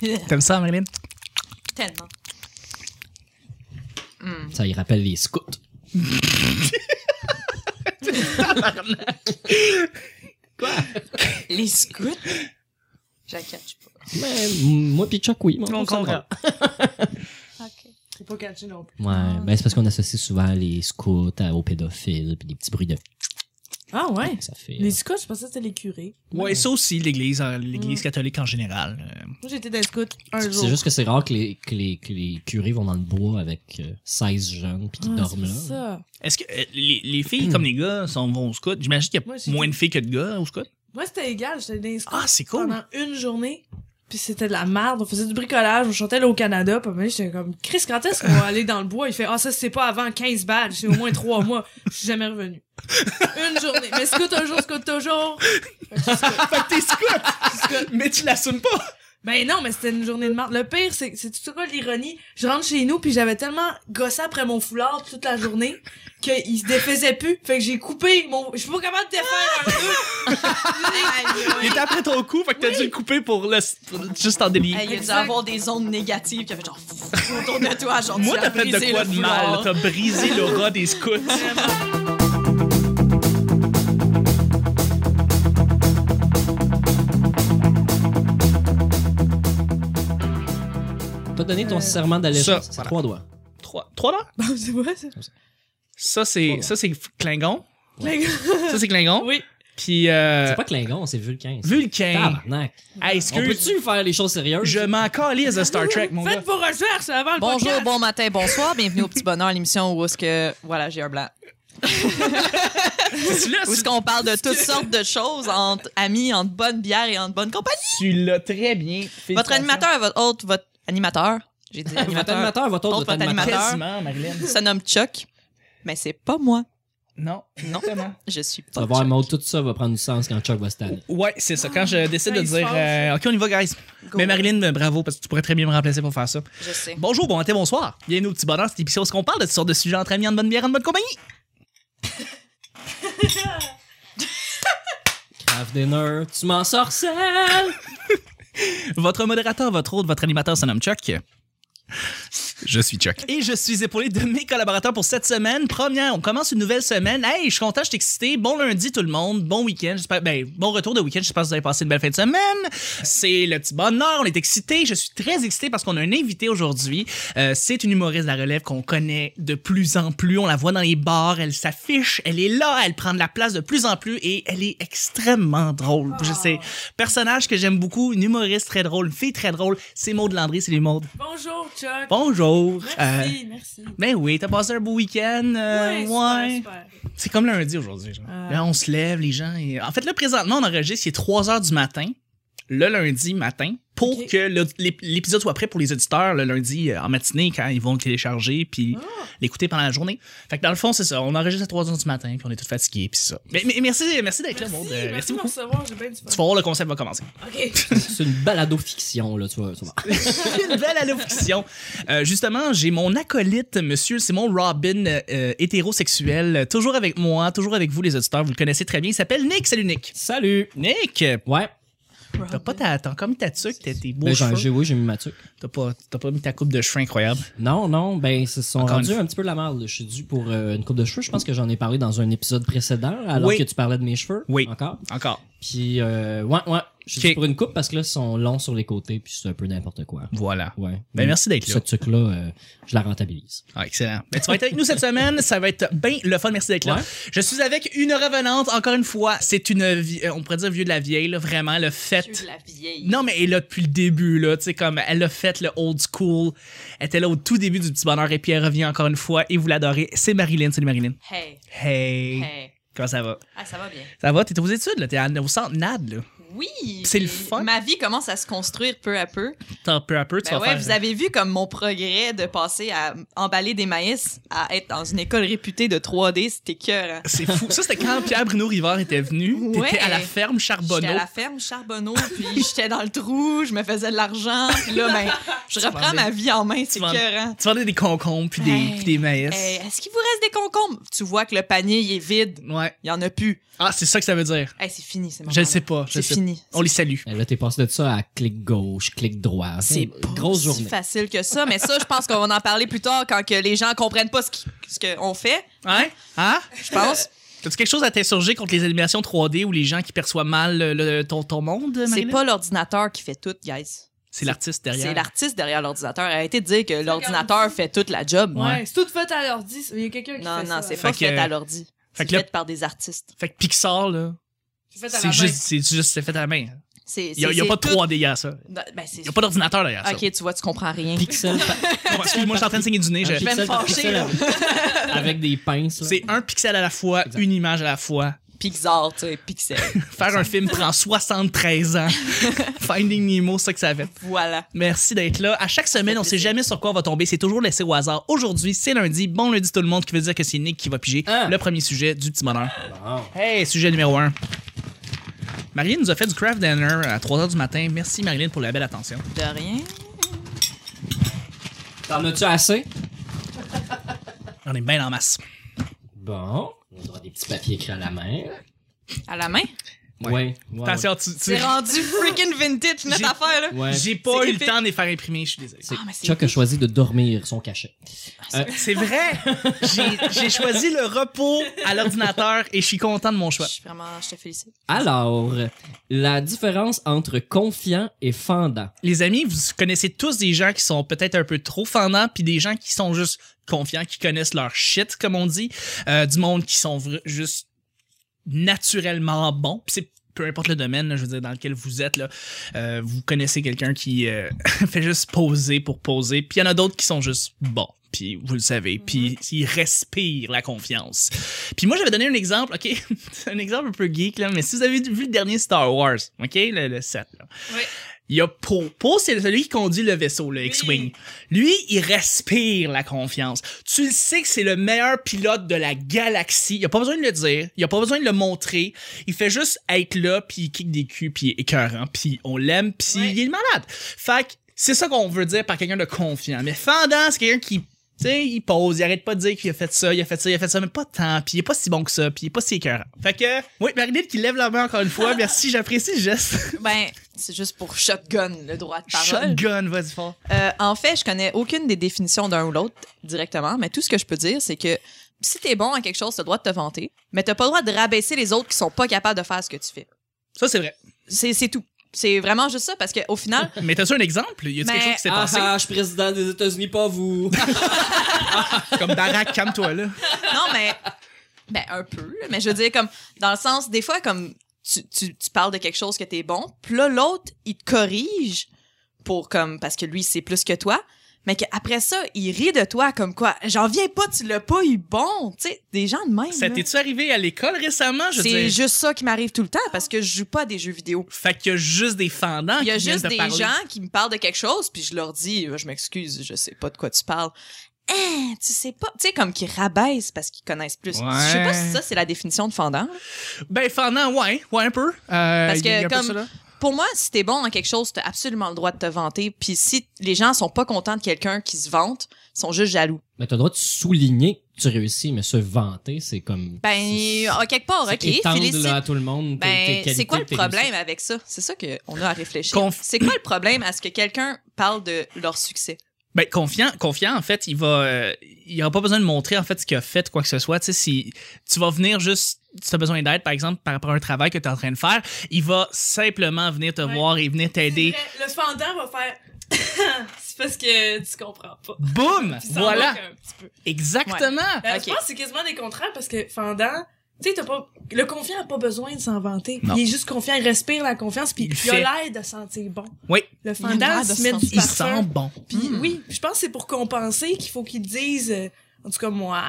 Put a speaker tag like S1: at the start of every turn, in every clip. S1: Comme ça, Marilyn?
S2: Tellement.
S3: Ça, il rappelle les scouts.
S2: Les scouts? J'accatche pas.
S3: Mais moi pis Chuck, oui.
S1: On comprend.
S2: OK.
S4: J'ai pas catché non plus.
S3: Ouais, ben c'est parce qu'on associe souvent les scouts à- aux pédophiles puis des petits bruits de
S4: Ah ouais?
S3: ça fait.
S4: Les scouts, je pensais que c'était les curés.
S1: Ouais, ça aussi, l'Église, euh, l'Église catholique en général. euh,
S4: Moi, j'étais dans les scouts un
S3: C'est
S4: jour.
S3: c'est juste que c'est rare que les, que, les, que les curés vont dans le bois avec euh, 16 jeunes puis
S4: Ah,
S3: qu'ils dorment là.
S4: c'est ça.
S1: Est-ce que euh, les, les filles comme les gars sont, vont au scout? J'imagine qu'il y a
S4: Moi, j'ai
S1: moins de filles que de gars au scout.
S4: Moi, c'était égal. J'étais dans les scouts
S1: Ah, c'est cool.
S4: pendant une journée. Puis c'était de la merde. On faisait du bricolage. On chantait là au Canada. Puis à un moment donné, j'étais comme, Chris, quand est-ce qu'on va aller dans le bois? Il fait, ah, ça, c'est pas avant 15 balles. C'est au moins 3 mois. Je suis jamais revenu. Une journée. Mais scout un jour, scout toujours.
S1: Ah, fait que t'es scout! mais tu l'assumes pas!
S4: Ben non, mais c'était une journée de merde. Le pire, c'est c'est tout quoi l'ironie. Je rentre chez nous puis j'avais tellement gossé après mon foulard toute la journée qu'il se défaisait plus. Fait que j'ai coupé mon. Je suis pas capable de
S1: Ah!
S4: défaire un
S1: Il
S4: nœud.
S1: était après ton coup, fait que t'as dû le couper pour le, pour- juste en délire.
S2: Hey, il y a dû
S4: Exact.
S2: avoir des ondes négatives qui avaient genre pff, autour de toi, genre
S1: Moi,
S2: tu
S1: t'as
S2: as
S1: fait de
S2: brisé
S1: quoi
S2: le
S1: de
S2: foulard.
S1: mal? T'as brisé l'aura des scouts.
S3: T'as donné ton serment d'allégeance.
S1: ça,
S3: C'est
S1: voilà.
S3: trois doigts.
S1: Trois, trois là?
S4: Bon, c'est vrai, ça.
S1: Ça, c'est, ça, c'est Klingon.
S4: Les gars.
S1: Ça, c'est Klingon.
S4: Oui.
S1: Puis, euh,
S3: C'est pas Klingon, c'est Vulcain. ça.
S1: Vulcain.
S3: Tabarnak.
S1: Hey,
S3: On
S1: excuse.
S3: peut-tu faire les choses sérieuses?
S1: Je m'en calise de Star Trek, mon gars.
S4: Faites vos recherches avant le
S2: Bonjour,
S4: podcast.
S2: bon matin, bonsoir, bienvenue au Petit Bonheur, l'émission où est-ce que, voilà, j'ai un blanc.
S1: Tu l'as,
S2: Où est-ce qu'on parle de toutes sortes de choses entre amis, entre bonne bière et entre bonne compagnie.
S1: tu l'as très bien.
S2: Votre animateur, votre hôte, votre animateur, j'ai dit
S3: Votre
S2: animateur,
S3: animateur, votre autre,
S2: Autre,
S3: votre
S2: votre
S3: animateur.
S2: animateur.
S1: Quasiment, Marilyn.
S2: se nomme Chuck, mais c'est pas moi.
S1: Non, non.
S2: Je suis
S3: Tu
S2: pas
S3: vas voir,
S2: Chuck.
S3: Maud, tout ça va prendre du sens quand Chuck va se tanner.
S1: Ouais, c'est ça. Quand je décide
S4: Ah,
S1: de
S4: il se
S1: dire,
S4: fâche.
S1: euh, OK, on y va, guys.
S2: Go.
S1: Mais Marilyn, euh, bravo, parce que tu pourrais très bien me remplacer pour faire ça.
S2: Je sais.
S1: Bonjour, bon matin, bonsoir. Bienvenue au petit bonheur, cette émission où on parle de ce genre de sujets entre amis, en bonne bière, en bonne compagnie.
S3: Crave dinner, tu m'en sorcelles!
S1: Votre modérateur, votre hôte, votre animateur se nomme Chuck. Je suis Chuck. Et je suis épaulé de mes collaborateurs pour cette semaine. Première, on commence une nouvelle semaine. Hey, je suis content, je suis excité. Bon lundi tout le monde. Bon week-end. J'espère, ben, bon retour de week-end. J'espère que vous avez passé une belle fin de semaine. C'est le petit bonheur. On est excité. Je suis très excité parce qu'on a un invité aujourd'hui. Euh, c'est une humoriste de la relève qu'on connaît de plus en plus. On la voit dans les bars. Elle s'affiche. Elle est là. Elle prend de la place de plus en plus et elle est extrêmement drôle. Je sais. Personnage que j'aime beaucoup. Une humoriste très drôle. Une fille très drôle. C'est Maud Landry. C'est les Maudes.
S4: Bonjour, Chuck.
S1: Bonjour. Euh,
S4: Merci, merci.
S1: ben oui, t'as passé un beau week-end. euh,
S4: Ouais,
S1: ouais.
S4: super, super.
S1: C'est comme lundi aujourd'hui. genre.
S4: Ah.
S1: Là, on se lève, les gens. et- En fait, là, présentement, on enregistre, il est 3 heures du matin, le lundi matin, pour
S4: Ok.
S1: que le- l'ép- l'épisode soit prêt pour les auditeurs le lundi euh, en matinée quand ils vont le télécharger puis
S4: Ah.
S1: l'écouter pendant la journée. Fait que dans le fond, c'est ça. On enregistre à 3 heures du matin, puis on est tous fatigués, puis c'est ça. Mais, mais merci, merci d'être là, Maud.
S4: Merci,
S1: Euh,
S4: merci, de me
S1: beaucoup.
S4: recevoir, j'ai bien du fun.
S1: Tu vas voir, le concept va commencer.
S4: Ok.
S3: C'est une balado-fiction, là, tu vois. tu vois.
S1: une belle allocution. Euh, justement, j'ai mon acolyte, monsieur Simon Robin, euh, hétérosexuel, euh, toujours avec moi, toujours avec vous, les auditeurs. Vous le connaissez très bien. Il s'appelle Nick. Salut, Nick.
S3: Salut!
S1: Nick, euh,
S3: Ouais,
S1: t'as pas ta, t'as encore mis ta tuque, t'as tes beaux
S3: ben, j'ai- j'ai-
S1: cheveux.
S3: oui, j'ai mis ma tuque.
S1: T'as pas, t'as pas mis ta coupe de cheveux incroyable.
S3: Non, non, ben, ils se sont
S1: Encore
S3: rendus
S1: une fois.
S3: un petit peu de la merde. là. Je suis dû pour euh, une coupe de cheveux. Je pense que j'en ai parlé dans un épisode précédent, alors
S1: Oui.
S3: que tu parlais de mes cheveux.
S1: Oui.
S3: Encore.
S1: Encore.
S3: Puis, euh, ouais, ouais. Je suis
S1: Ok.
S3: dû pour une coupe parce que là, ils sont longs sur les côtés, puis c'est un peu n'importe quoi.
S1: Voilà.
S3: Ouais.
S1: Ben, merci d'être là.
S3: Cette tuque-là, euh, je la rentabilise.
S1: Ah, excellent. Ben, tu vas être avec nous cette semaine. Ça va être bien le fun. Merci d'être là.
S3: Ouais.
S1: Je suis avec une revenante. Encore une fois, c'est une, vie- euh, on pourrait dire vieux de la vieille, là, vraiment, le fait.
S2: la vieille.
S1: Non, mais elle est là depuis le début, là. Tu sais, comme elle a fait le old school. Elle était là au tout début du petit bonheur et puis elle revient encore une fois et vous l'adorez. C'est Marilyn. Salut Marilyn.
S2: Hey,
S1: Hey.
S2: hey.
S1: Comment ça va?
S2: Ah, ça va bien.
S1: Ça va? T'es aux études, là. T'es à- au centre NAD, là.
S2: Oui.
S1: C'est le fun.
S2: Ma vie commence à se construire peu à peu.
S1: T'as peu à peu, tu
S2: Ben
S1: vas
S2: ouais,
S1: faire.
S2: vous avez vu comme mon progrès de passer à emballer des maïs à être dans une école réputée de 3D, c'était cœur.
S1: C'est fou. Ça, c'était quand Pierre Bruno Rivard était venu. T'étais
S2: Ouais.
S1: à la ferme
S2: J'étais
S1: Charbonneau.
S2: à la ferme Charbonneau, puis j'étais dans le trou, je me faisais de l'argent, puis là, ben, je reprends
S1: vendais-
S2: ma vie en main, c'est
S1: vends-
S2: cœur.
S1: Tu vendais des concombres puis des,
S2: Hey.
S1: puis des maïs.
S2: Est-ce qu'il vous reste des concombres? Tu vois que le panier, il est vide.
S1: Ouais.
S2: Il y en a plus.
S1: Ah, c'est ça que ça veut dire.
S2: Hey, c'est fini, c'est
S1: Je le sais pas. Je
S2: C'est
S1: sais
S2: fini. États-Unis.
S1: On les salue.
S3: Eh, Là, t'es passé de ça à clic gauche, clic droit.
S2: C'est
S3: Une grosse
S2: si
S3: journée.
S2: facile que ça, mais ça, je pense qu'on va en parler plus tard quand que les gens comprennent pas ce qui- ce qu'on fait,
S1: Hein? Hein?
S2: je pense.
S1: T'as-tu quelque chose à t'insurger contre les animations 3D ou les gens qui perçoivent mal le- le- ton, ton monde,
S2: C'est
S1: Marilyn?
S2: pas l'ordinateur qui fait tout, guys.
S1: C'est l'artiste derrière.
S2: C'est l'artiste derrière l'ordinateur. Arrêtez de dire que l'ordinateur fait toute la job.
S4: Ouais, c'est tout fait à l'ordi. Il y a quelqu'un qui
S2: Non,
S4: fait ça.
S2: non, c'est
S4: là.
S2: pas
S1: Fait
S2: fait
S1: que-
S2: à l'ordi.
S1: Fait
S2: C'est
S1: que là-
S2: fait par des artistes.
S1: Fait que Pixar, là,
S4: C'est fait à la
S1: c'est
S4: main.
S1: juste, c'est juste, c'est fait à la main.
S2: C'est-
S1: Il y a,
S2: c'est-
S1: il y a
S2: c'est
S1: pas de
S2: tout-
S1: 3D derrière ça.
S2: Non, ben, c'est-
S1: Il y a pas d'ordinateur derrière ça.
S2: Ok, tu vois, tu comprends rien.
S3: Pixel, par-
S1: Bon, Excuse-moi, je suis en train de signer du nez. je-
S3: un
S2: vais me
S3: pixel par
S2: fâcher,
S3: pixel
S2: là.
S3: avec- avec des pinces. là.
S1: C'est un pixel à la fois,
S3: Exact.
S1: une image à la fois.
S2: Pixar, tu sais, Pixel.
S1: Faire un film prend 73 ans. Finding Nemo, c'est ça que ça fait.
S2: voilà.
S1: Merci d'être là. À chaque semaine, on sait
S2: plaisir.
S1: jamais sur quoi on va tomber. C'est toujours laissé au hasard. Aujourd'hui, c'est lundi. Bon lundi tout le monde, qui veut dire que c'est Nick qui va piger
S3: Ah.
S1: le premier sujet du petit bonheur.
S3: Bon.
S1: Hey, sujet numéro 1. Marilyn nous a fait du craft dinner à 3h du matin. Merci Marilyn pour la belle attention.
S2: De rien.
S3: T'en as-tu assez?
S1: On est bien en masse.
S3: Bon. On aura des petits papiers écrits à la main.
S2: À la main.
S3: Ouais. ouais, ouais.
S1: Attention, tu- tu-
S2: C'est rendu freaking vintage, notre
S1: J'ai-
S2: affaire, là.
S3: Ouais.
S1: J'ai pas
S2: C'est
S1: eu le
S2: épique.
S1: temps de les faire imprimer, je suis désolé.
S3: C'est
S2: Ah, mais c'est
S3: Chuck a choisi de dormir son cachet.
S1: C'est vrai! J'ai- J'ai choisi le repos à l'ordinateur et je suis content de mon
S2: Je
S1: choix.
S2: suis vraiment, je te félicite.
S3: Alors, la différence entre confiant et fendant.
S1: Les amis, vous connaissez tous des gens qui sont peut-être un peu trop fendants, puis des gens qui sont juste confiants, qui connaissent leur shit, comme on dit, Euh, du monde qui sont vra- juste naturellement bons. Puis c'est peu importe le domaine, là, je veux dire, dans lequel vous êtes, là, euh, vous connaissez quelqu'un qui euh, fait juste poser pour poser, puis il y en a d'autres qui sont juste bons, puis vous le savez, puis ils respirent la confiance. Puis moi, j'avais donné un exemple, OK? un exemple un peu geek, là, mais si vous avez vu le dernier Star Wars, OK? Le, le 7, là.
S4: Oui.
S1: Il y a Poe. Poe, c'est celui qui conduit le vaisseau, le X-Wing. Lui, il respire la confiance. Tu le sais que c'est le meilleur pilote de la galaxie. Il a pas besoin de le dire. Il a pas besoin de le montrer. Il fait juste être là, puis il kick des culs, puis il est écœurant, puis on l'aime, puis
S4: Ouais.
S1: il est malade. Fait que c'est ça qu'on veut dire par quelqu'un de confiant. Mais fendant, c'est quelqu'un qui tu sais, il pose, il arrête pas de dire qu'il a fait ça, il a fait ça, il a fait ça, mais pas tant, puis il est pas si bon que ça, puis il est pas si écœurant. Fait que, oui, Marilyn qui lève la main encore une fois, merci, j'apprécie le geste.
S2: Ben, c'est juste pour shotgun, le droit de parole.
S1: Shotgun, vas-y fort.
S2: Euh, en fait, je connais aucune des définitions d'un ou l'autre directement, mais tout ce que je peux dire, c'est que si t'es bon à quelque chose, t'as le droit de te vanter, mais t'as pas le droit de rabaisser les autres qui sont pas capables de faire ce que tu fais.
S1: Ça, c'est vrai.
S2: C'est c'est tout. C'est vraiment juste ça, parce qu'au final,
S1: Mais t'as-tu un exemple? Y a-tu
S2: Mais-
S1: quelque chose qui s'est
S3: Ah,
S1: passé?
S3: ah, je suis président des États-Unis, pas vous.
S2: ah.
S1: Comme Barack, calme-toi, là.
S2: non, mais. Ben, un peu, mais je veux dire, comme, dans le sens, des fois, comme, tu, tu, tu parles de quelque chose que t'es bon, puis là, l'autre, il te corrige pour, comme, parce que lui, c'est plus que toi, mais qu'après ça, il rit de toi, comme quoi, j'en viens pas, tu l'as pas eu bon, tu sais, des gens de même.
S1: Ça
S2: là.
S1: t'es-tu arrivé à l'école récemment? Je veux
S2: C'est
S1: dire?
S2: juste ça qui m'arrive tout le temps parce que je joue pas à des jeux vidéo.
S1: Fait qu'il y a juste des fendants
S2: Il y a
S1: qui viennent
S2: juste
S1: te
S2: des
S1: parler.
S2: gens qui me parlent de quelque chose puis je leur dis euh, je m'excuse, je sais pas de quoi tu parles. Hein, tu sais pas, tu sais comme qui rabaissent parce qu'ils connaissent plus. Je sais pas
S1: Ouais.
S2: si ça c'est la définition de fendant.
S1: Ben, fendant, ouais, ouais, un peu. Euh,
S2: Parce
S1: y a- y a
S2: que
S1: un peu
S2: comme-
S1: ça, là.
S2: Pour moi, si t'es bon en quelque chose, t'as absolument le droit de te vanter. Puis si les gens sont pas contents de quelqu'un qui se vante, ils sont juste jaloux.
S3: Mais t'as le droit de souligner que tu réussis, mais se vanter, c'est comme.
S2: Ben
S3: c'est-
S2: en quelque part,
S3: c'est
S2: ok,
S3: étendre,
S2: félicite.
S3: là, à tout le monde. tes- tes
S2: Ben,
S3: qualités,
S2: c'est quoi le
S3: tes
S2: problème
S3: réussites.
S2: avec ça C'est ça que on a à réfléchir.
S1: Conf-
S2: C'est quoi le problème à ce que quelqu'un parle de leur succès
S1: Ben, confiant, confiant, en fait, il va, euh, il aura pas besoin de montrer, en fait, ce qu'il a fait, quoi que ce soit. Tu sais, si tu vas venir juste, si t'as besoin d'aide, par exemple, par rapport à un travail que t'es en train de faire, il va simplement venir te
S4: Ouais.
S1: voir et venir t'aider.
S4: C'est vrai, Le fendant va faire. c'est parce que tu comprends pas.
S1: Boum!
S4: Tu s'en
S1: Voilà!
S4: moques un petit peu.
S1: Exactement!
S4: Ben,
S2: Ok.
S4: Je pense que c'est quasiment des contrats parce que fendant, tu sais, t'as pas. Le confiant a pas besoin de s'en vanter.
S1: Non.
S4: Il est juste confiant, il respire la confiance, puis
S1: Il
S4: il,
S1: le fait.
S4: a l'air de sentir bon.
S1: Oui.
S4: Le
S2: Il a
S4: fendant
S2: l'air de
S4: se met du
S2: sentir
S1: Il
S4: parfum.
S1: sent bon. Hmm.
S4: Puis
S2: Mm.
S4: oui, puis je pense que c'est pour compenser qu'il faut qu'il dise, euh, en tout cas moi,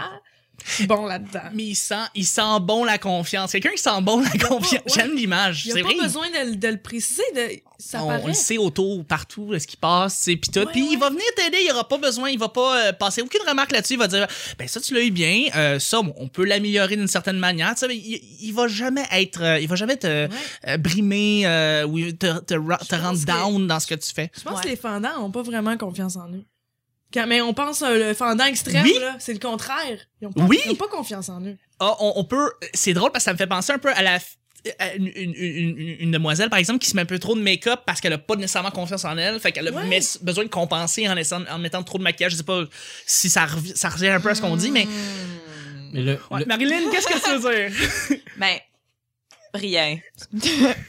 S4: je suis bon là-dedans.
S1: Mais il sent, il sent bon la confiance. Quelqu'un qui sent bon la confiance.
S4: ouais.
S1: J'aime l'image.
S4: Il n'y
S1: C'est
S4: a pas
S1: vrai.
S4: besoin de, le- de le préciser, de, ça
S1: on, on
S4: paraît.
S1: le sait autour, partout, là, ce qui passe, c'est puis tout.
S4: Ouais,
S1: puis
S4: ouais.
S1: il va venir t'aider, il aura pas besoin, il va pas euh, passer aucune remarque là-dessus, il va dire ben ça tu l'as eu bien, euh, ça on peut l'améliorer d'une certaine manière, tu sais, mais il, il va jamais être, euh, il va jamais te
S4: Ouais.
S1: euh, brimer euh, ou te, te, ra- te
S4: Je
S1: rendre
S4: pense que-
S1: down dans ce que tu fais.
S4: Je pense
S2: Ouais.
S4: que les fendants n'ont pas vraiment confiance en eux. Quand, mais on pense euh, le fendant extrême,
S1: Oui.
S4: là, c'est le contraire. Ils n'ont pas,
S1: Oui.
S4: ils ont pas confiance en eux.
S1: Ah, on, on peut, c'est drôle parce que ça me fait penser un peu à la une, une- une- une- une demoiselle, par exemple, qui se met un peu trop de make-up parce qu'elle a pas nécessairement confiance en elle, fait qu'elle a
S4: Ouais.
S1: mes- besoin de compenser en, laissant- en mettant trop de maquillage. Je sais pas si ça, rev- ça revient un peu à ce qu'on dit, mais.
S2: Hmm.
S3: Mais le-
S1: Ouais,
S3: le-
S1: Marilyn, qu'est-ce que tu veux dire?
S2: Ben, rien.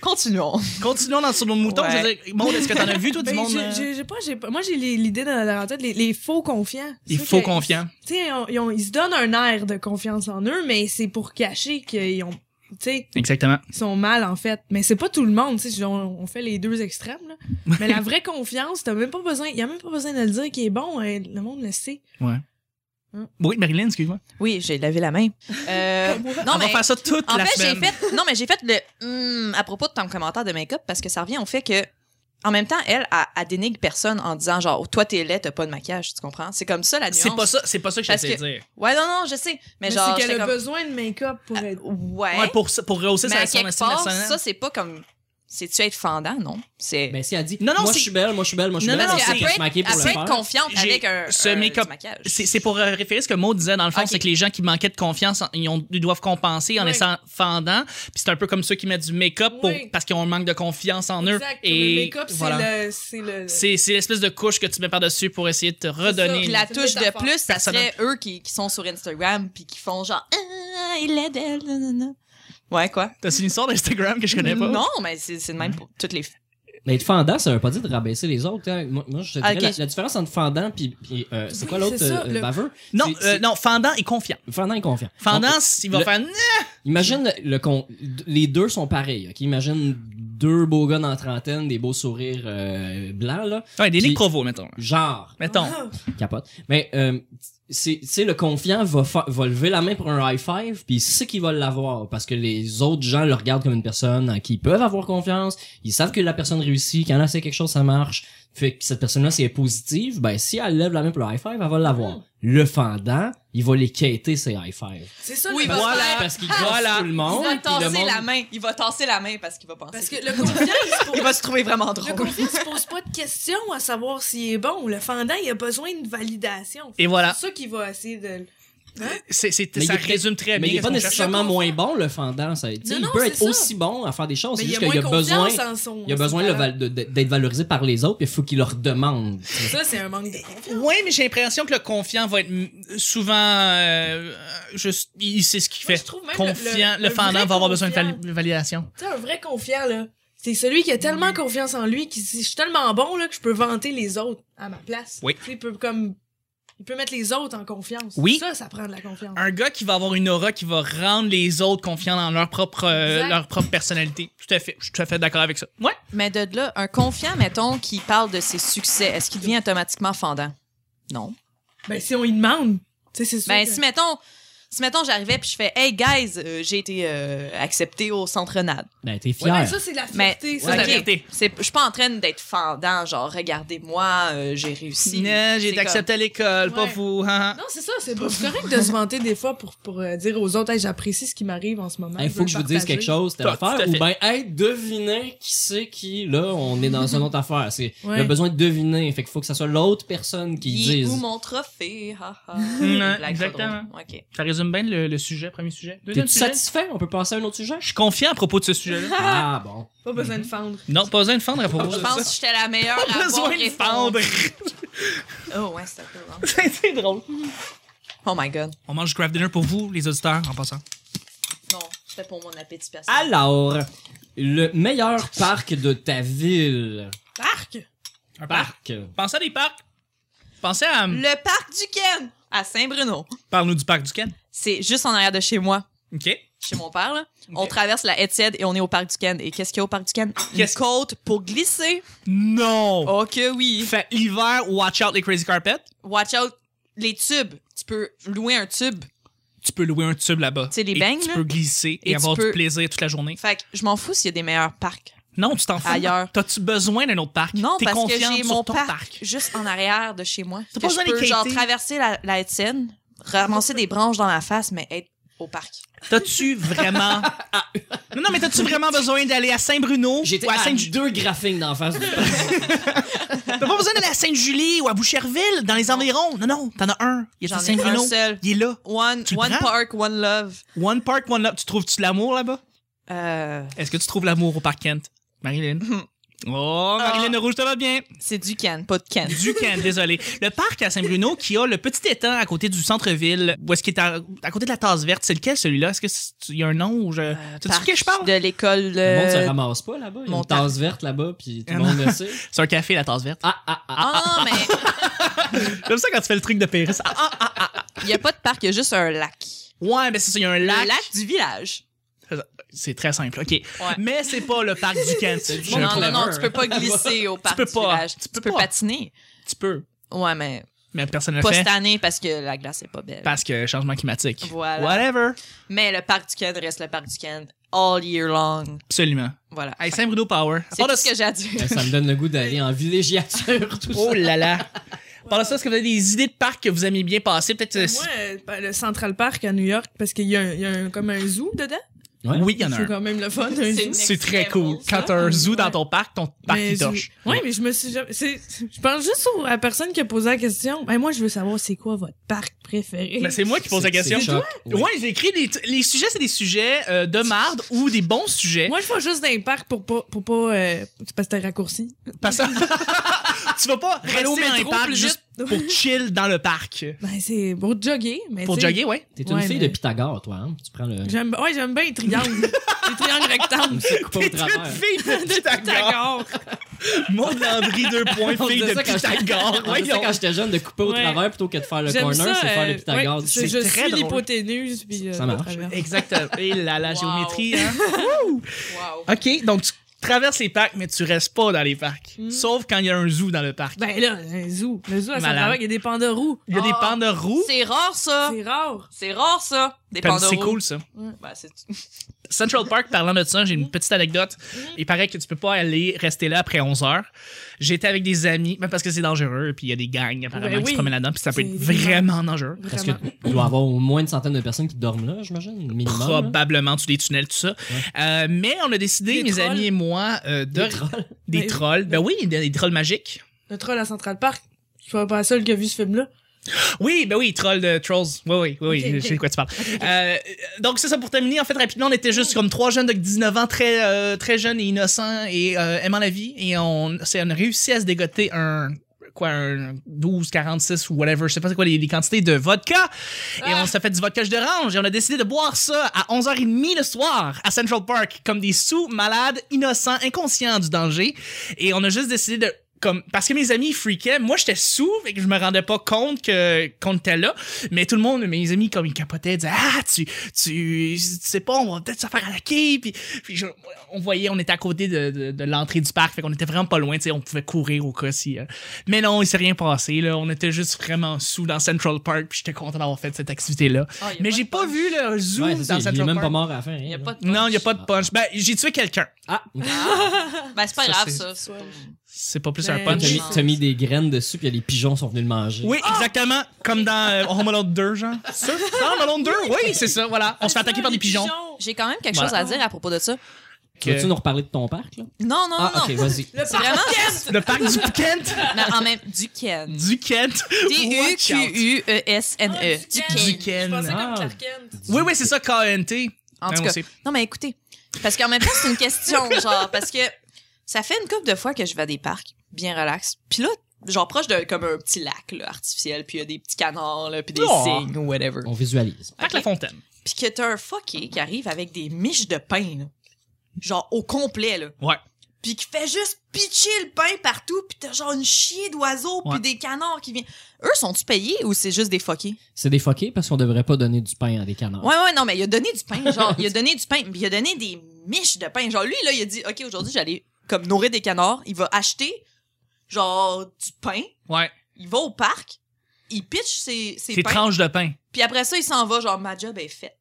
S2: Continuons.
S1: Continuons dans sur nos moutons.
S2: Ouais.
S1: Je veux dire, Maud, est-ce que t'en as vu, toi, du
S4: Ben,
S1: monde?
S4: j'ai-
S1: euh,
S4: j'ai- j'ai pas, j'ai pas- Moi, j'ai les- l'idée dans dans la tête, les, les faux confiants.
S1: Il
S4: Ceux
S1: faut
S4: que-
S1: confiant.
S4: Tu sais, ils ont- ils, ont- ils se donnent un air de confiance en eux, mais c'est pour cacher qu'ils ont. Tu sais,
S1: Exactement.
S4: ils sont mal, en fait. Mais c'est pas tout le monde, tu sais. On, on fait les deux extrêmes, là. Mais la vraie confiance, t'as même pas besoin. Il y a même pas besoin de le dire qu'il est bon. hein, le monde le sait.
S1: Oui, Marilyn, excuse-moi.
S2: Oui, j'ai lavé la main. Euh, non,
S1: On
S2: mais
S1: va faire ça toute
S2: en
S1: la
S2: fait, j'ai
S1: semaine.
S2: fait, non, mais j'ai fait le, hmm, à propos de ton commentaire de make-up, parce que ça revient au fait que, en même temps, elle, elle, elle dénigre personne en disant genre, toi, t'es laid, t'as pas de maquillage, tu comprends? C'est comme ça la nuance.
S1: C'est pas ça, c'est pas ça que
S2: Parce
S1: j'essaie de
S2: que-
S1: dire.
S2: Ouais, non, non, je sais. Mais,
S4: Mais
S2: genre,
S4: c'est qu'elle
S2: j'étais
S4: a
S2: comme, Ah,
S4: besoin de make-up pour être.
S2: ouais.
S1: Ouais, pour, pour rehausser
S2: mais
S1: sa
S2: à
S1: son
S2: quelque
S1: estime
S2: part,
S1: personnelle.
S2: ça, c'est pas comme, c'est-tu être fendant? Non. C'est,
S3: Ben, si elle dit,
S1: Non, non,
S3: moi
S1: c'est-
S3: je suis belle, moi je suis belle, moi je suis
S1: Non,
S3: belle,
S1: non,
S3: elle
S1: c'est-
S3: peut
S1: elle
S3: se maquiller pour
S2: elle
S3: le
S2: peut être
S3: faire.
S2: confiante
S1: J'ai-
S2: avec un,
S1: ce
S2: un- du
S1: make-up-
S2: maquillage.
S1: C'est c'est pour euh, référer ce que Maud disait dans le fond,
S2: Ok.
S1: c'est que les gens qui manquaient de confiance, en- ils, ont- ils doivent compenser en
S4: Oui.
S1: laissant fendant. Puis c'est un peu comme ceux qui mettent du make-up pour-
S4: Oui.
S1: parce qu'ils ont un manque de confiance en eux.
S4: Exact.
S1: Et
S4: le make-up, c'est
S1: voilà.
S4: le. C'est le.
S1: C'est c'est l'espèce de couche que tu mets par-dessus pour essayer de te redonner.
S2: Puis
S4: C'est
S2: la
S4: une
S2: touche de
S4: métaphore.
S2: plus, ça
S1: Personne-
S2: serait eux qui, qui sont sur Instagram puis qui font genre ah, il est d'elle. nanana. Ouais, quoi?
S1: T'as une histoire d'Instagram que je connais pas?
S2: Non, mais c'est c'est le même pour toutes les.
S3: Mais être fendant, ça veut pas dire de rabaisser les autres. hein. Moi, moi, je te
S2: Ah,
S3: dirais,
S2: ok.
S3: la, la différence entre fendant puis puis, euh, c'est
S4: Oui,
S3: quoi l'autre
S4: c'est ça,
S3: euh,
S4: le-
S3: baveux?
S1: Non,
S3: C'est-
S1: euh,
S3: c'est-
S1: non, fendant et confiant.
S3: Fendant et confiant.
S1: Fendant,
S3: Donc,
S1: il va
S3: le-
S1: faire. Nah!
S3: imagine le- le con- les deux sont pareils. ok? Imagine deux beaux gars dans la trentaine, des beaux sourires euh, blancs, là.
S1: Ouais, des
S3: Puis-
S1: ligues provo, mettons.
S3: Genre,
S1: Mettons.
S4: Ah,
S3: capote. Mais euh, c'est c'est le confiant va, fa- va lever la main pour un high five, puis il sait qu'il va l'avoir parce que les autres gens le regardent comme une personne en qui ils peuvent avoir confiance. Ils savent que la personne réussit, qu'elle a fait quelque chose, ça marche. Fait que cette personne-là, si elle est positive, ben si elle lève la main pour le high five, elle va l'avoir. Le fendant, il va les quêter ses high five.
S4: C'est ça
S2: Oui,
S4: le
S2: va
S3: Voilà,
S2: faire-
S3: parce qu'il
S1: Voilà.
S3: voilà. tout le monde.
S2: Il va
S3: puis le
S2: Ah, tasser
S3: monde-
S2: la main. Il va tasser la main parce qu'il va penser.
S4: Parce que le confiant, il se pose-
S2: Il va se trouver vraiment
S4: Le
S2: drôle.
S4: confiant se pose pas de questions à savoir s'il est bon. Le fendant, il a besoin de validation.
S1: Et voilà.
S4: C'est ça qu'il va essayer de.
S1: C'est- c'est-
S3: Mais
S1: ça
S3: il est-
S1: résume très
S3: Mais
S1: bien.
S3: il est
S1: ce
S3: pas
S1: qu'on cherche.
S3: nécessairement moins bon le fendant, ça. tu sais,
S4: Non,
S3: il
S4: non,
S3: peut
S4: c'est
S3: être
S4: ça.
S3: aussi bon à faire des choses, c'est
S4: Mais il y a
S3: juste
S4: moins
S3: qu'il a besoin,
S4: confiance hein. en son.
S3: il a besoin le
S4: talent.
S3: val- de- de- d'être valorisé par les autres, puis il faut qu'il leur demande.
S4: Ça, c'est un manque de confiance.
S1: Oui, mais j'ai l'impression que le confiant va être mm, souvent euh, juste, il sait ce qu'il
S4: Moi,
S1: fait.
S4: je trouve même
S1: confiant, le,
S4: le- le
S1: fendant
S4: vrai
S1: va avoir besoin de
S4: confiant.
S1: vali- validation.
S4: Tu sais, un vrai confiant, là, c'est celui qui a
S1: Mm.
S4: tellement confiance en lui qu'il dit, je suis tellement bon, là, que je peux vanter les autres à ma place.
S1: Oui.
S4: Tu sais, il peut comme. Il peut mettre les autres en confiance.
S1: Oui.
S4: Ça, ça prend de la confiance.
S1: Un gars qui va avoir une aura qui va rendre les autres confiants dans leur propre euh,
S4: Exact.
S1: leur propre personnalité. Tout à fait, je suis tout à fait d'accord avec ça. Ouais.
S2: Mais de là, un confiant, mettons, qui parle de ses succès, est-ce qu'il devient automatiquement fendant? Non.
S4: Ben, si on y demande, tu sais, c'est sûr.
S2: Ben,
S4: que-
S2: si mettons, si mettons, j'arrivais puis je fais, hey guys, euh, j'ai été euh, accepté au centre Renal.
S3: Ben, t'es
S4: Ouais,
S3: fier.
S4: mais ça, c'est de la fierté.
S2: Mais-
S4: ça,
S1: Ouais,
S4: la
S1: ok.
S4: vérité.
S1: vérité.
S2: C'est, je suis pas en train d'être fendant, genre, regardez-moi, euh, j'ai réussi.
S1: Non, j'ai
S2: C'est
S1: été accepté à l'école, pas
S4: Ouais.
S1: vous. hein, hein.
S4: Non, c'est ça, c'est pas c'est correct de se vanter des fois pour, pour euh, dire aux autres, hey, j'apprécie ce qui m'arrive en ce moment.
S3: Il faut
S4: veux
S3: que je
S4: le
S3: vous dise
S4: partager.
S3: quelque chose, telle
S1: Tout à
S3: affaire,
S1: fait.
S3: ou ben, hey, devinez qui c'est qui, là, on est dans une autre affaire. C'est, il
S4: Ouais.
S3: a besoin de deviner, fait qu'il faut que ça soit l'autre personne qui
S2: Il est
S3: dise.
S2: où mon trophée? Ha, ha.
S1: Ouais,
S2: Blague
S1: exactement.
S2: pas drôle. Ok.
S1: Ça résume bien le, le sujet, premier sujet. Deuxième
S3: T'es-tu
S1: sujet.
S3: satisfait? On peut passer à un autre sujet?
S1: Je suis confiant à propos de ce sujet-là.
S3: Ah, bon.
S4: Pas besoin de fendre.
S1: non, pas besoin de fendre à propos
S2: Je
S1: de
S2: pense
S1: ça.
S2: que j'étais la meilleure à
S1: Pas
S2: avoir
S1: besoin de
S2: répondu.
S1: fendre.
S2: Oh, ouais, c'est un peu wrong.
S1: C'est drôle.
S2: Oh my god.
S1: On mange du craft dinner pour vous, les auditeurs, en passant.
S2: Non, c'était pour mon appétit personnel.
S3: Alors, le meilleur parc de ta ville.
S4: Arc!
S1: Un
S3: Parc.
S1: Pensez à des parcs. Pensez à.
S2: Le parc du Ken à Saint-Bruno.
S1: Parle-nous du parc du Ken.
S2: C'est juste en arrière de chez moi,
S1: OK.
S2: chez mon père, là. On
S1: Ok.
S2: traverse la Etienne et on est au parc du Ken. Et qu'est-ce qu'il y a au parc du Ken? Une
S1: Qu'est-ce-
S2: côte pour glisser.
S1: Non!
S2: Oh que oui.
S1: Fait l'hiver, watch out les crazy carpets.
S2: Watch out. Les tubes. Tu peux louer un tube.
S1: Tu peux louer un tube là-bas.
S2: Tu sais, les
S1: Et
S2: bangs,
S1: Tu
S2: là.
S1: peux glisser et,
S2: Et tu
S1: avoir du
S2: peux-
S1: plaisir toute la journée.
S2: Fait que je m'en fous s'il y a des meilleurs parcs.
S1: Non, tu t'en fous.
S2: Ailleurs.
S1: T'as-tu besoin d'un autre parc?
S2: Non,
S1: T'es
S2: parce que
S1: confiante
S2: j'ai
S1: sur
S2: mon
S1: ton
S2: parc,
S1: parc.
S2: juste en arrière de chez moi.
S1: T'as
S2: Que
S1: pas besoin
S2: je
S1: de
S2: peux, genre,
S1: quêter.
S2: traverser la, la Étienne, ramasser des branches dans la face, mais être au parc.
S1: T'as-tu vraiment. non, non, mais t'as-tu vraiment besoin d'aller à Saint-Bruno?
S3: J'étais
S1: ou à
S3: à
S1: Sainte-
S3: deux graphings d'en face du
S1: T'as pas besoin d'aller à Sainte-Julie ou à Boucherville, dans les environs. Non, non, t'en as un. Il est à
S2: J'en ai
S1: Saint-Bruno.
S2: un seul.
S1: Il est là.
S2: One,
S1: Tu le
S2: one
S1: prends?
S2: park, one love.
S1: One park, one love. Tu trouves-tu de l'amour là-bas?
S2: Euh,
S1: Est-ce que tu trouves l'amour au parc Kent? Marilyn?
S2: Hmm.
S1: Oh,
S2: Ah.
S1: Marilyn Rouge, ça va bien.
S2: c'est du can, pas de can.
S1: Du Kent, désolé. Le parc à Saint-Bruno qui a le petit étang à côté du centre-ville, où est-ce qu'il est à, à côté de la tasse verte, c'est lequel celui-là? Est-ce qu'il y a un nom ou je. tu sais
S2: Euh, Parc
S1: de je parle?
S2: De l'école.
S3: Le monde se
S2: euh,
S3: ramasse pas là-bas. Il y a
S2: mon
S3: une tasse verte là-bas, puis tout le
S1: Ah,
S3: monde le sait.
S1: C'est un café, la tasse verte.
S3: Ah, ah, ah.
S2: Ah, mais
S1: Comme ça quand tu fais le truc de Péris. Ah, ah,
S2: il n'y a pas de parc, il y a juste un lac.
S1: ouais, mais c'est ça, il y a un
S2: Le
S1: lac.
S2: lac du village.
S1: C'est très simple, OK. Mais c'est pas le parc du Kent.
S3: C'est du
S1: J'ai un
S3: monde
S2: Non, non,
S1: problème.
S2: non,
S3: clever.
S2: tu peux pas glisser au parc
S1: peux
S2: du
S1: pas.
S2: village.
S1: Tu
S2: Tu
S1: peux
S2: peux
S1: pas.
S2: patiner.
S1: Tu peux,
S2: Ouais, mais
S1: mais personne ne le
S2: pas
S1: fait
S2: cette année parce que la glace est pas belle.
S1: parce que changement climatique.
S2: Voilà.
S1: Whatever.
S2: Mais le parc du Kent reste le parc du Kent all year long.
S1: Absolument.
S2: Voilà.
S1: Hey, Saint-Bruno Power. À
S2: C'est
S1: part de
S2: tout ce que j'ai à dire.
S3: Ben, ça me donne le goût d'aller en villégiature, tout
S1: Oh là là. Par ça, est-ce que vous avez des idées de parcs que vous aimez bien passer? Peut-être. euh,
S4: Moi, euh, ben, le Central Park à New York, parce qu'il y a, un- il y a un- comme un zoo dedans.
S3: ça. Ouais.
S1: Oui, il y en a
S4: C'est
S1: un.
S4: quand même le fun, un zoo.
S2: next
S1: C'est très
S2: level,
S1: cool.
S2: ça.
S1: Quand t'as un zoo dans
S4: Ouais.
S1: ton parc, ton parc
S4: Mais
S1: il
S4: je-
S1: torche.
S4: Ouais, mais je me suis jamais. c'est- Je pense juste à la personne qui a posé la question. Ben, moi, je veux savoir c'est quoi votre parc préféré.
S1: Mais c'est moi qui pose la
S3: C'est- c'est
S1: question.
S3: choc.
S1: Ouais, j'ai écrit des t- les sujets, c'est des sujets euh, de marde ou des bons sujets.
S4: Moi, je vais juste dans les parcs pour pas. Pour pas euh, c'est parce que t'as raccourci.
S1: Parce que tu vas pas rester
S4: Aller au
S1: dans les
S4: métro
S1: parcs
S4: plus
S1: juste pour chill dans le parc.
S4: Ben, c'est pour jogger. Mais
S1: Pour
S4: tu sais,
S1: jogger, ouais.
S3: T'es une
S4: Ouais,
S3: fille
S4: mais-
S3: de Pythagore, toi, hein? Tu prends le.
S4: J'aime, ouais, j'aime bien les triangles. les triangles rectangles.
S3: C'est coupé au
S1: T'es une
S3: travers.
S1: fille de Pythagore.
S4: D'accord.
S1: Maud Landry, deux points,
S3: On
S1: fille
S3: disait
S1: de
S3: ça quand j'étais-
S1: Pythagore.
S3: On disait
S1: Voyons.
S3: quand j'étais jeune de couper au
S4: Ouais.
S3: travers plutôt que de faire le
S4: J'aime
S3: corner,
S4: ça.
S3: c'est faire
S4: euh,
S3: le Pythagore.
S4: ouais,
S3: du-
S4: c'est-
S1: C'est
S4: je
S1: très
S4: suis
S1: drôle.
S4: l'hypoténuse. Puis, euh,
S3: Ça marche.
S4: à travers.
S1: Exactement. Et là, la
S2: Wow.
S1: géométrie, hein.
S2: Wow.
S1: OK, donc tu traverses les parcs, mais tu restes pas dans les parcs.
S4: Mm.
S1: Sauf quand il y a un zoo dans le parc.
S4: Ben là, un zoo. Le zoo à
S1: Malade.
S4: Central Park, il y a des pandas roux.
S1: Il y a des
S2: Ah.
S1: pandas roux.
S2: C'est rare, ça.
S4: C'est rare.
S2: C'est rare, ça. Des
S1: Comme
S2: pandas
S1: C'est
S2: roux.
S1: cool, ça.
S2: Ben, c'est-
S1: Central Park, parlant de ça, j'ai une petite anecdote. Il paraît que tu peux pas aller rester là après 11 heures. J'étais avec des amis, ben, parce que c'est dangereux, puis il y a des gangs apparemment
S4: Ben
S1: qui se
S4: oui.
S1: promènent là-dedans, puis ça peut
S4: C'est
S1: être vraiment dangereux.
S3: Parce que
S4: Vraiment.
S3: il doit y avoir au moins une centaine de personnes qui dorment là, j'imagine, minimum. là.
S1: Probablement, tu les tunnels, tout ça. Euh, mais on a décidé,
S4: Des
S1: mes
S4: trolls.
S1: amis et moi, euh, de...
S3: Des trolls.
S1: Des
S4: Ben-
S1: trolls. Ben oui, des, des trolls magiques.
S4: Le troll à Central Park. Je suis pas la seule qui a vu ce film-là.
S1: Oui, ben oui, trolls de Trolls. Oui, oui, oui,
S4: Ok,
S1: oui,
S4: ok.
S1: je sais de quoi tu parles. Euh, donc, c'est ça pour terminer. En fait, rapidement, on était juste comme trois jeunes de 19 ans, très, euh, très jeunes et innocents et euh, aimant la vie. Et on, c'est- on a réussi à se dégoter un quoi un 12 46 ou whatever je sais pas c'est quoi les, les quantités de vodka et on s'est fait du vodka d'orange et on a décidé de boire ça à 11h30 le soir à Central Park comme des sous malades innocents inconscients du danger et on a juste décidé de comme parce que mes amis freakaient moi j'étais sous et que je me rendais pas compte que qu'on était là mais tout le monde mes amis comme ils capotaient disaient ah tu tu, tu sais pas on va peut-être se faire attaquer puis puis je- on voyait on était à côté de, de, de l'entrée du parc fait qu'on était vraiment pas loin tu sais on pouvait courir au cas si euh. mais non il s'est rien passé là on était juste vraiment sous dans Central Park puis j'étais content d'avoir fait cette activité là
S2: Ah, y a
S1: mais
S2: pas
S1: j'ai
S2: de
S1: pas
S2: punch.
S1: vu le zoo
S3: Ouais, c'est
S1: dans
S3: ça,
S1: Central
S3: il est même
S1: Park
S3: pas mort à la fin. hein,
S2: Y a
S3: là.
S2: pas de punch.
S1: non il y a pas de punch ben j'ai tué quelqu'un
S3: Ah,
S2: Ah. Ben, c'est pas
S1: Ça,
S2: grave,
S1: c'est-
S2: ça. c'est pas-
S1: c'est pas plus un
S4: Ben,
S3: t'as
S1: punch
S3: mis, t'as mis des graines dessus, puis y a les pigeons sont venus le manger.
S1: Oui, exactement. Comme dans euh, Home Alone 2, genre. Ça? Home Alone 2? Oui, c'est ça, voilà. On se fait attaquer par des pigeons.
S2: J'ai quand même quelque
S1: Voilà.
S2: chose à dire à propos de ça.
S3: Tu Veux-tu nous reparler de ton parc, là?
S2: Non, non,
S3: ah,
S2: non.
S3: ok, vas-y.
S2: C'est vraiment
S1: Le parc du Kent.
S2: Mais en même du Ken.
S1: Du Kent. Watch out.
S2: E D-U-Q-U-E-S-N-E. Du
S1: Ken. Du
S2: Ken.
S1: Ken.
S4: Ah, Je pensais
S3: Ah.
S4: comme Clark Kent.
S1: Oui, oui, c'est ça, K-N-T.
S2: En tout
S1: Ouais,
S2: cas.
S1: Ben, on sait.
S2: Non, mais écoutez. Parce qu'en même temps, c'est une question, genre, parce que ça fait une couple de fois que je vais à des parcs, bien relax. Puis là, genre proche de comme un petit lac là, artificiel, puis il y a des petits canards, là, puis des
S1: Oh.
S2: cygnes ou whatever.
S3: On visualise.
S1: Parc
S2: Ok.
S1: La Fontaine.
S2: Puis que t'as un fucké qui arrive avec des miches de pain, là. genre au complet, là.
S1: Ouais.
S2: Puis qui fait juste pitcher le pain partout, puis t'as genre une chier d'oiseaux, puis
S1: Ouais.
S2: des canards qui viennent. Eux, sont-tu payés ou c'est juste des fuckés?
S3: C'est des foquets parce qu'on devrait pas donner du pain à des canards.
S2: Ouais, ouais, non, mais il a donné du pain, genre, il a donné du pain, puis il a donné des miches de pain. Genre, lui, là, il a dit, OK, aujourd'hui, j'allais comme nourrir des canards, il va acheter, genre, du pain,
S1: Ouais.
S2: il va au parc, il pitch ses, ses
S1: C'est
S2: pains,
S1: tranche de pain.
S2: puis après ça, il s'en va, genre, ma job est faite.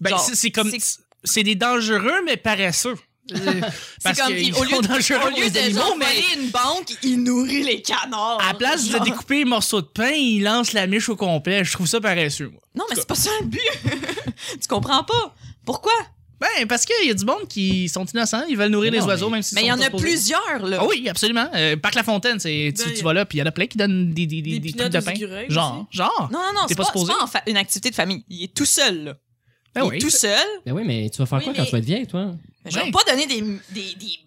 S1: Ben,
S2: Genre,
S1: c'est- c'est comme.
S2: c'est-
S1: C'est des dangereux, mais paresseux. Euh, Parce
S2: comme,
S1: qu'ils
S2: il- au lieu
S1: sont
S2: de-
S1: dangereux
S2: Au
S1: pour
S2: lieu
S1: les
S2: de
S1: animaux,
S2: genre
S1: mais.
S2: voler une banque, il nourrit les canards.
S1: À la place de
S2: Genre-
S1: découper un morceau de pain, il lance la miche au complet. Je trouve ça paresseux, moi.
S2: Non, mais c'est pas ça le but. tu comprends pas. Pourquoi?
S1: Ben, parce qu'il y a du monde qui sont innocents, ils veulent nourrir
S3: Mais
S1: les
S3: non,
S1: oiseaux,
S3: mais-
S1: même si
S2: Mais il y en a plusieurs, là.
S1: Ah oui, absolument. Euh, Parc La Fontaine, c'est tu,
S4: Ben,
S1: tu vas là, puis il y en a plein qui donnent des, des, des,
S4: Des
S1: des
S4: peanuts
S1: trucs de
S4: aux
S1: pain.
S4: écureuils
S1: Genre, genre.
S2: Non, non, non,
S1: T'es
S2: c'est
S1: pas
S2: pas, c'est
S1: supposé?
S2: pas en fa- une activité de famille. Il est tout seul, là.
S1: Ben
S2: Il est
S1: oui.
S2: tout seul.
S3: Ben oui, mais tu vas faire
S2: Oui,
S3: quoi
S2: mais-
S3: quand tu vas être vieille, toi?
S2: Mais je vais
S1: Ouais.
S2: pas donner des, des, des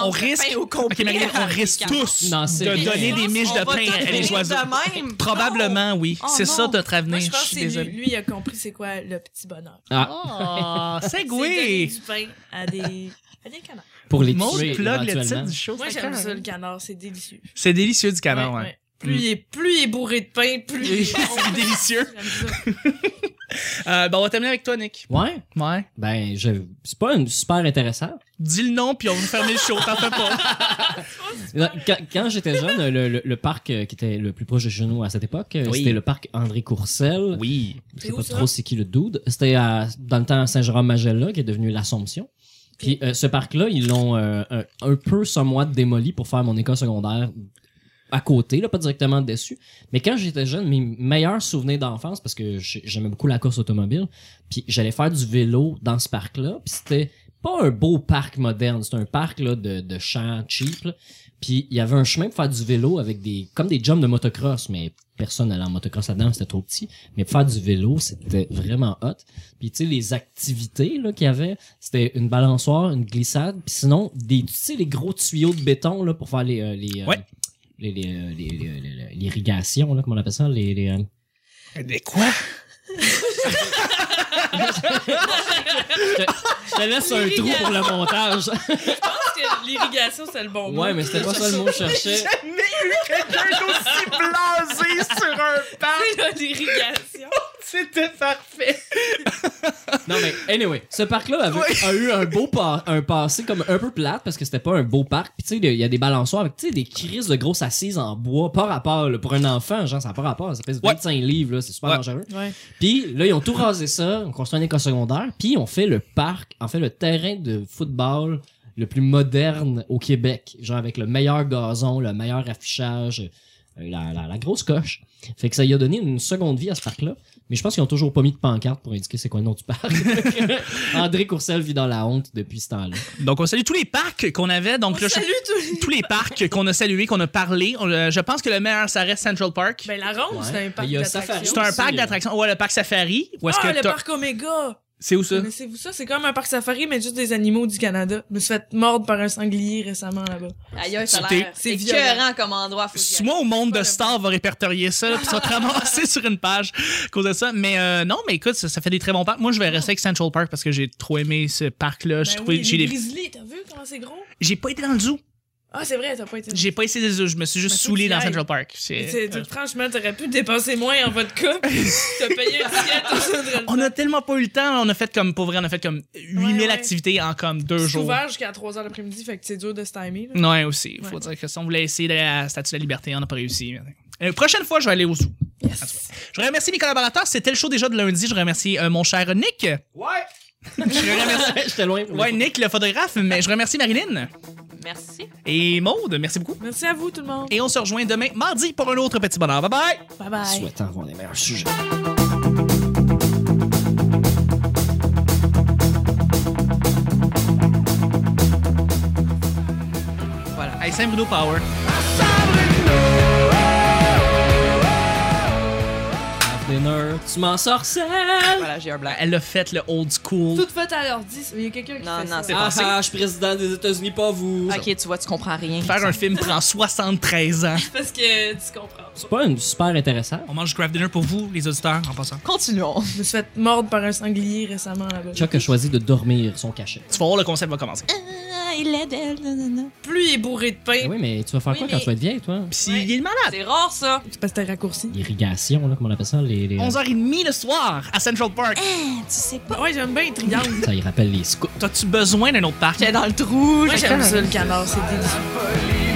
S1: On
S2: 30 de
S1: risque,
S2: pain au
S1: Ok,
S2: complet.
S1: Marie, on
S2: à mes
S1: risque
S2: gamins.
S1: tous
S3: Non, c'est
S1: de
S3: vrai.
S1: donner des miches
S2: On
S1: de
S2: va tous
S1: pain à
S2: finir
S1: les oiseaux.
S2: de même.
S1: Probablement, oui.
S2: Oh,
S1: c'est
S2: non.
S1: ça notre
S4: Moi,
S1: avenir.
S4: je
S1: je
S4: pense
S1: suis
S4: que c'est lui,
S1: désolé.
S4: lui, il a compris c'est quoi le petit bonheur.
S3: Ah,
S1: Oh,
S4: C'est
S1: segway!
S4: donner du pain à des, à des canards.
S3: pour les
S1: Mon
S3: tuer,
S1: plug le titre
S3: éventuellement.
S1: du show.
S4: Moi,
S1: c'est
S4: j'aime
S1: clair.
S4: ça, le canard, c'est délicieux.
S1: C'est délicieux du canard,
S4: Ouais,
S1: ouais.
S4: ouais. Plus, il est, plus il est bourré de pain, plus il est bon.
S1: C'est délicieux.
S4: J'aime ça.
S1: Euh, ben, on va terminer avec toi, Nick.
S3: Ouais,
S1: Ouais.
S3: ben, je... c'est pas une super intéressant.
S1: Dis le nom, puis on va fermer le show. T'en fais pas.
S4: Oh,
S3: Non, Quand, quand j'étais jeune, le, le- le parc euh, qui était le plus proche de chez nous à cette époque, euh,
S1: Oui.
S3: c'était le parc André Courcelles.
S1: Oui.
S3: Je
S4: C'est
S3: sais
S4: où
S3: pas
S4: ça?
S3: trop c'est qui le dude. C'était à- dans le temps à Saint-Jérôme-Magella qui est devenu l'Assomption. Puis euh, ce parc-là, ils l'ont euh, un, un peu somewhat démoli pour faire mon école secondaire à côté, là, pas directement dessus. Mais quand j'étais jeune, mes meilleurs souvenirs d'enfance, parce que j'ai- j'aimais beaucoup la course automobile, puis j'allais faire du vélo dans ce parc-là, puis c'était pas un beau parc moderne, c'était un parc là, de, de champs cheap, là. puis il y avait un chemin pour faire du vélo avec des comme des jumps de motocross, mais personne n'allait en motocross là-dedans, c'était trop petit. Mais faire du vélo, c'était vraiment hot. Puis tu sais, les activités là qu'il y avait, c'était une balançoire, une glissade, puis sinon des tu sais les gros tuyaux de béton là pour faire les euh, les euh,
S1: Ouais.
S3: les les, euh, les, les- les- les- l'irrigation là comment on appelle ça les, les euh,
S1: Mais Eh ben, quoi?
S3: je te laisse un trou pour le montage
S4: Parce que l'irrigation, c'est le bon mot.
S3: ouais mais c'était pas ça le mot que je cherchais
S1: jamais eu quelqu'un d'aussi blasé sur un parc.
S4: C'est Ah, là, l'irrigation.
S1: C'était parfait.
S3: Non, mais anyway, ce parc-là avait-
S1: Oui.
S3: a eu un beau pa- un passé comme un peu plate parce que c'était pas un beau parc. Puis tu sais, il y a des balançoires avec tu sais, des crises de grosses assises en bois, pas rapport là, pour un enfant, genre ça n'a pas rapport, ça pèse
S1: Ouais.
S3: 25 livres, là, c'est super
S1: Ouais.
S3: dangereux.
S4: Ouais.
S3: Puis là, ils ont tout rasé ça, on construit une école secondaire, puis on fait le parc, en fait le terrain de football le plus moderne au Québec, genre avec le meilleur gazon, le meilleur affichage, euh, la, la, la grosse coche. Fait que ça y a donné une seconde vie à ce parc-là. Mais je pense qu'ils ont toujours pas mis de pancarte pour indiquer c'est quoi le nom du parc. André Courcelle vit dans la honte depuis ce temps-là.
S1: Donc, on salue tous les parcs qu'on avait. Donc, là, je-
S4: Salut tout
S1: tous les parcs qu'on a salués, qu'on a parlé. On- euh, je pense que le meilleur, ça reste Central Park.
S4: Ben, la ronde,
S3: Ouais.
S4: c'est un parc
S3: Il y a
S4: d'attractions.
S3: Safari.
S1: c'est un
S3: aussi,
S1: parc
S3: euh.
S1: d'attractions. Ouais, le parc Safari. Où est-ce
S4: Ah,
S1: que
S4: le
S1: t'as-
S4: parc Omega!
S1: C'est où ça?
S4: Connaissez-vous ça? C'est comme un parc safari, mais juste des animaux du Canada. Je me suis fait mordre par un sanglier récemment là-bas.
S2: Aïe, ça a
S1: C'était-
S2: l'air. C'est
S4: c'est violent.
S2: écœurant comme endroit. faut y aller.
S1: Soit au monde de
S2: Pas le-
S1: Star va répertorier ça, là, puis ça va te ramasser sur une page à cause de ça. Mais euh, non, mais écoute, ça, ça fait des très bons parcs. Moi, je vais rester avec Central Park parce que j'ai trop aimé ce parc-là. J'ai
S4: Ben
S1: trouvé-
S4: oui,
S1: j'ai
S4: les
S1: des-
S4: grizzlies, t'as vu comment c'est gros?
S1: j'ai pas été dans le zoo.
S4: Ah, c'est vrai, t'as pas été.
S1: J'ai pas essayé des zoos. Je me suis juste
S4: Ben, faut
S1: saoulé
S4: qu'il
S1: dans
S4: aille.
S1: Central Park. C'est- euh,
S4: C'est- tu- Franchement, t'aurais pu dépenser moins en vodka. pis t'as payé un ticket, t'as ça de
S1: On a tellement pas eu le temps. On a fait comme, pour vrai, on a fait comme 8000
S4: ouais.
S1: activités en comme deux
S4: C'est
S1: jours.
S4: ouvert jusqu'à 3h l'après-midi, fait que c'est dur de se timer. là.
S1: Ouais, aussi. Faut
S4: Ouais.
S1: dire que si on voulait essayer d'aller à la Statue de la Liberté, on n'a pas réussi. Euh, prochaine fois, je vais aller au zoo. En tout cas. Je remercie mes collaborateurs. C'était le show déjà de lundi. Je remercie euh, mon cher Nick.
S3: Ouais!
S1: Je remercie.
S3: J'étais loin. pour le
S1: Ouais, Nick, le photographe, mais je remercie Marilyn
S2: Merci.
S1: et Maude. Merci beaucoup.
S4: Merci à vous, tout le monde.
S1: Et on se rejoint demain, mardi, pour un autre petit bonheur. Bye bye!
S4: Bye bye.
S3: Souhaitant avoir des meilleurs sujets.
S1: Voilà. Hey, Saint-Bruno Power.
S3: Dinner, tu m'en sorcelles!
S2: Voilà, j'ai un blanc.
S1: Elle a fait le old school.
S4: Toute faite à l'ordi, il y a quelqu'un qui
S2: Non,
S4: fait
S2: non,
S4: ça.
S2: c'est
S3: Ah
S1: passé.
S3: ah, je suis président des États-Unis, pas vous!
S2: Ok, tu vois, tu comprends rien.
S1: Faire un film prend 73 ans.
S4: Parce que tu comprends.
S3: C'est pas une super intéressant.
S1: On mange du craft dinner pour vous, les auditeurs, en passant.
S2: Continuons.
S4: Je me suis fait mordre par un sanglier récemment là-bas.
S3: Chuck a choisi de dormir son cachet.
S1: Tu vas voir, le concept va commencer.
S2: Ah, il est belle. nanana.
S4: Plus il est bourré de pain.
S3: Eh oui, mais tu vas faire
S2: Oui,
S3: quoi
S2: mais-
S3: quand tu vas être vieille, toi?
S1: Puis il est malade.
S2: C'est rare, ça.
S4: C'est parce que t'as raccourci.
S3: L'irrigation, là, comment on appelle ça? Les, les-
S1: 11h30 le soir à Central Park.
S2: Tu sais
S3: Ah
S2: pas.
S4: Ouais, j'aime bien les triangles.
S3: Ça, il rappelle les scouts.
S1: T'as-tu besoin d'un autre parc?
S2: J'étais dans le trou.
S4: Moi,
S2: j'ai-
S4: j'aime ça, le canard, c'est délicieux.
S5: Police.